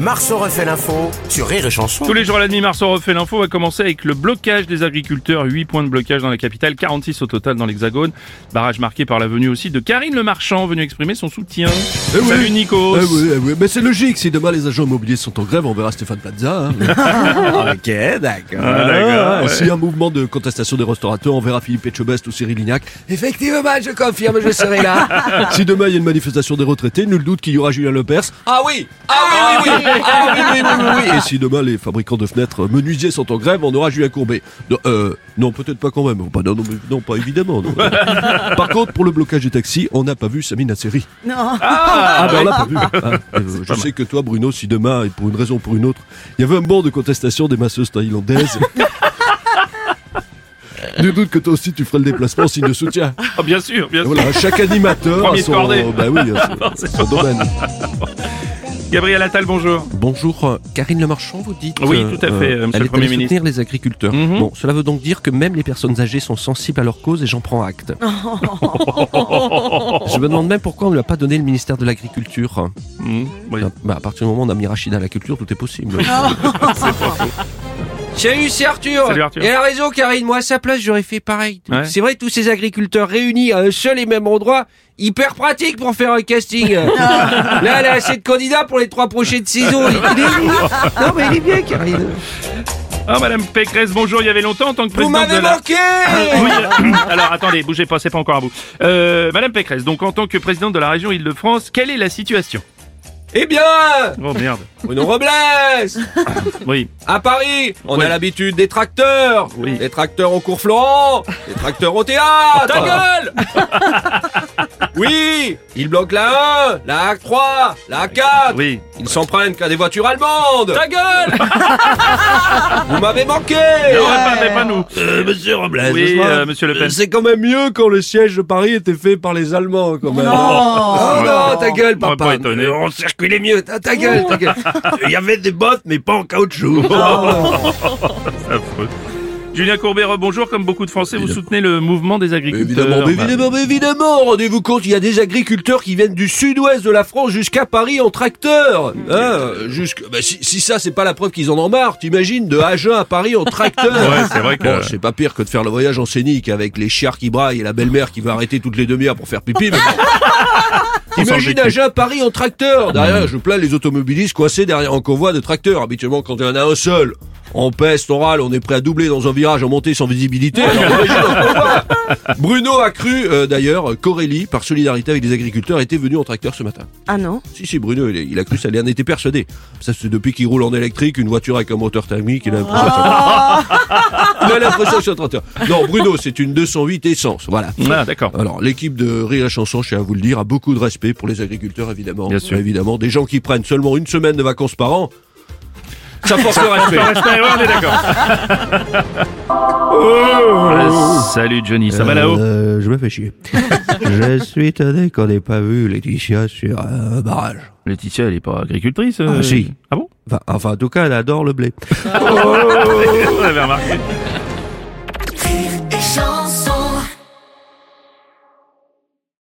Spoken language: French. Marceau refait l'info sur Rire et Chanson. Tous les jours à la nuit, Marceau refait l'info va commencer avec le blocage des agriculteurs. 8 points de blocage dans la capitale, 46 au total dans l'Hexagone. Barrage marqué par la venue aussi de Karine Le Marchand, venue exprimer son soutien. oui. Salut Nico. Eh oui, eh oui, mais c'est logique, si demain les agents immobiliers sont en grève, on verra Stéphane Plaza. hein. Ah, ok, d'accord. d'accord, ouais. Si un mouvement de contestation des restaurateurs, on verra Philippe Etchebest ou Cyril Lignac. Effectivement, je confirme, je serai là. si demain il y a une manifestation des retraités, nul doute qu'il y aura Julien Lepers. Ah oui Ah oui, oui, oui, oui. Ah oui, oui, oui, oui, oui. Et si demain les fabricants de fenêtres euh, menuisiers sont en grève, on aura Julien Courbet. Non, euh, non, peut-être pas quand même. Bah, non, non, mais- non, pas évidemment. non. Par contre, pour le blocage des taxis, on n'a pas vu Samina Seri. Ah, bah, ben on l'a pas vu. Ah, euh, je sais que toi, Bruno, si demain, et pour une raison ou pour une autre, il y avait un banc de contestation des masseuses thaïlandaises. Nul doute que toi aussi tu ferais le déplacement signe de soutien. Ah, bien sûr, bien sûr. Voilà, chaque animateur Premier a de son, cordée. bah oui, a son- son domaine. Gabriel Attal, bonjour. Bonjour, euh, Karine Le Marchand, vous dites. euh, Oui, tout à fait, monsieur le elle est allée Premier ministre. soutenir les agriculteurs. Mhm. Bon, cela veut donc dire que même les personnes âgées sont sensibles à leur cause et j'en prends acte. Je me demande même pourquoi on ne lui a pas donné le ministère de l'Agriculture. Mmh, oui. Bah, à partir du moment où on a mis Rachida à la culture, tout est possible. Ah. Salut, c'est Arthur. Salut, Arthur. Et elle a raison, Karine. Moi, à sa place, j'aurais fait pareil. Ouais. C'est vrai, tous ces agriculteurs réunis à un seul et même endroit, hyper pratique pour faire un casting. Là, elle a assez de candidats pour les trois prochaines saisons. Il est bien. Non, mais il est bien, Karine. Ah, Madame Pécresse, bonjour. Il y avait longtemps en tant que Vous présidente m'avez de la... Ah. manqué. Oui, alors attendez, bougez pas, c'est pas encore à bout. Euh, Madame Pécresse, donc en tant que présidente de la région Île-de-France, quelle est la situation Eh bien, Oh merde. Bruno Robles, Oui. à Paris, on Ouais. a l'habitude des tracteurs. Oui. Des tracteurs au cours Florent, des tracteurs au théâtre. Ta gueule Oui, ils bloquent la 1, la 3, la 4. Oui. Ils s'en prennent qu'à des voitures allemandes Ta gueule Vous m'avez manqué Non, pas, mais pas nous. Euh, monsieur Robles, Oui, euh, Monsieur Le Pen. c'est quand même mieux quand le siège de Paris était fait par les Allemands, quand même. Oh non, ta gueule, On va pas papa étonner. On circulait mieux. Ta, ta gueule, ta gueule Oh. Il y avait des bottes, mais pas en caoutchouc. Affreux. Julien Courbet, bonjour. Comme beaucoup de Français, vous soutenez le mouvement des agriculteurs. Évidemment, mais Bah, évidemment, mais évidemment, rendez-vous compte, il y a des agriculteurs qui viennent du sud-ouest de la France jusqu'à Paris en tracteur. Hein, jusque- bah, si, si ça, c'est pas la preuve qu'ils en ont marre, t'imagines, de Agen à Paris en tracteur. Ouais, c'est vrai que- Bon, c'est pas pire que de faire le voyage en scénique avec les chiards qui braillent et la belle-mère qui va arrêter toutes les demi-heures pour faire pipi. mais bon. Imagine décrit. Agen à Paris en tracteur. Derrière, je plains les automobilistes coincés derrière un convoi de tracteurs. Habituellement, quand il y en a un seul, on peste, on râle, on est prêt à doubler dans un virage en montée sans visibilité. Alors, imagine un convoi. Bruno a cru, euh, d'ailleurs, qu'Aurélie, par solidarité avec les agriculteurs, était venu en tracteur ce matin. Ah non Si, si, Bruno, il, il a cru, ça il en était persuadé. Ça, c'est depuis qu'il roule en électrique, une voiture avec un moteur thermique, il a l'impression que- Il a l'impression que c'est un tracteur. Non, Bruno, c'est une 208 essence, voilà. Ah, d'accord. Alors, l'équipe de Rire et Chanson, je tiens à vous le dire, a beaucoup de respect pour les agriculteurs, évidemment. Bien sûr. Évidemment, des gens qui prennent seulement une semaine de vacances par an, ça force le respect. Ouais, ouais, on est d'accord. Oh. Euh, Salut Johnny, ça va là-haut Euh, Je me fais chier. je suis étonné qu'on n'ait pas vu Laetitia sur euh, un barrage. Laetitia, elle est pas agricultrice euh Ah, si. Ah bon Enfin, enfin, en tout cas, elle adore le blé. Vous avez remarqué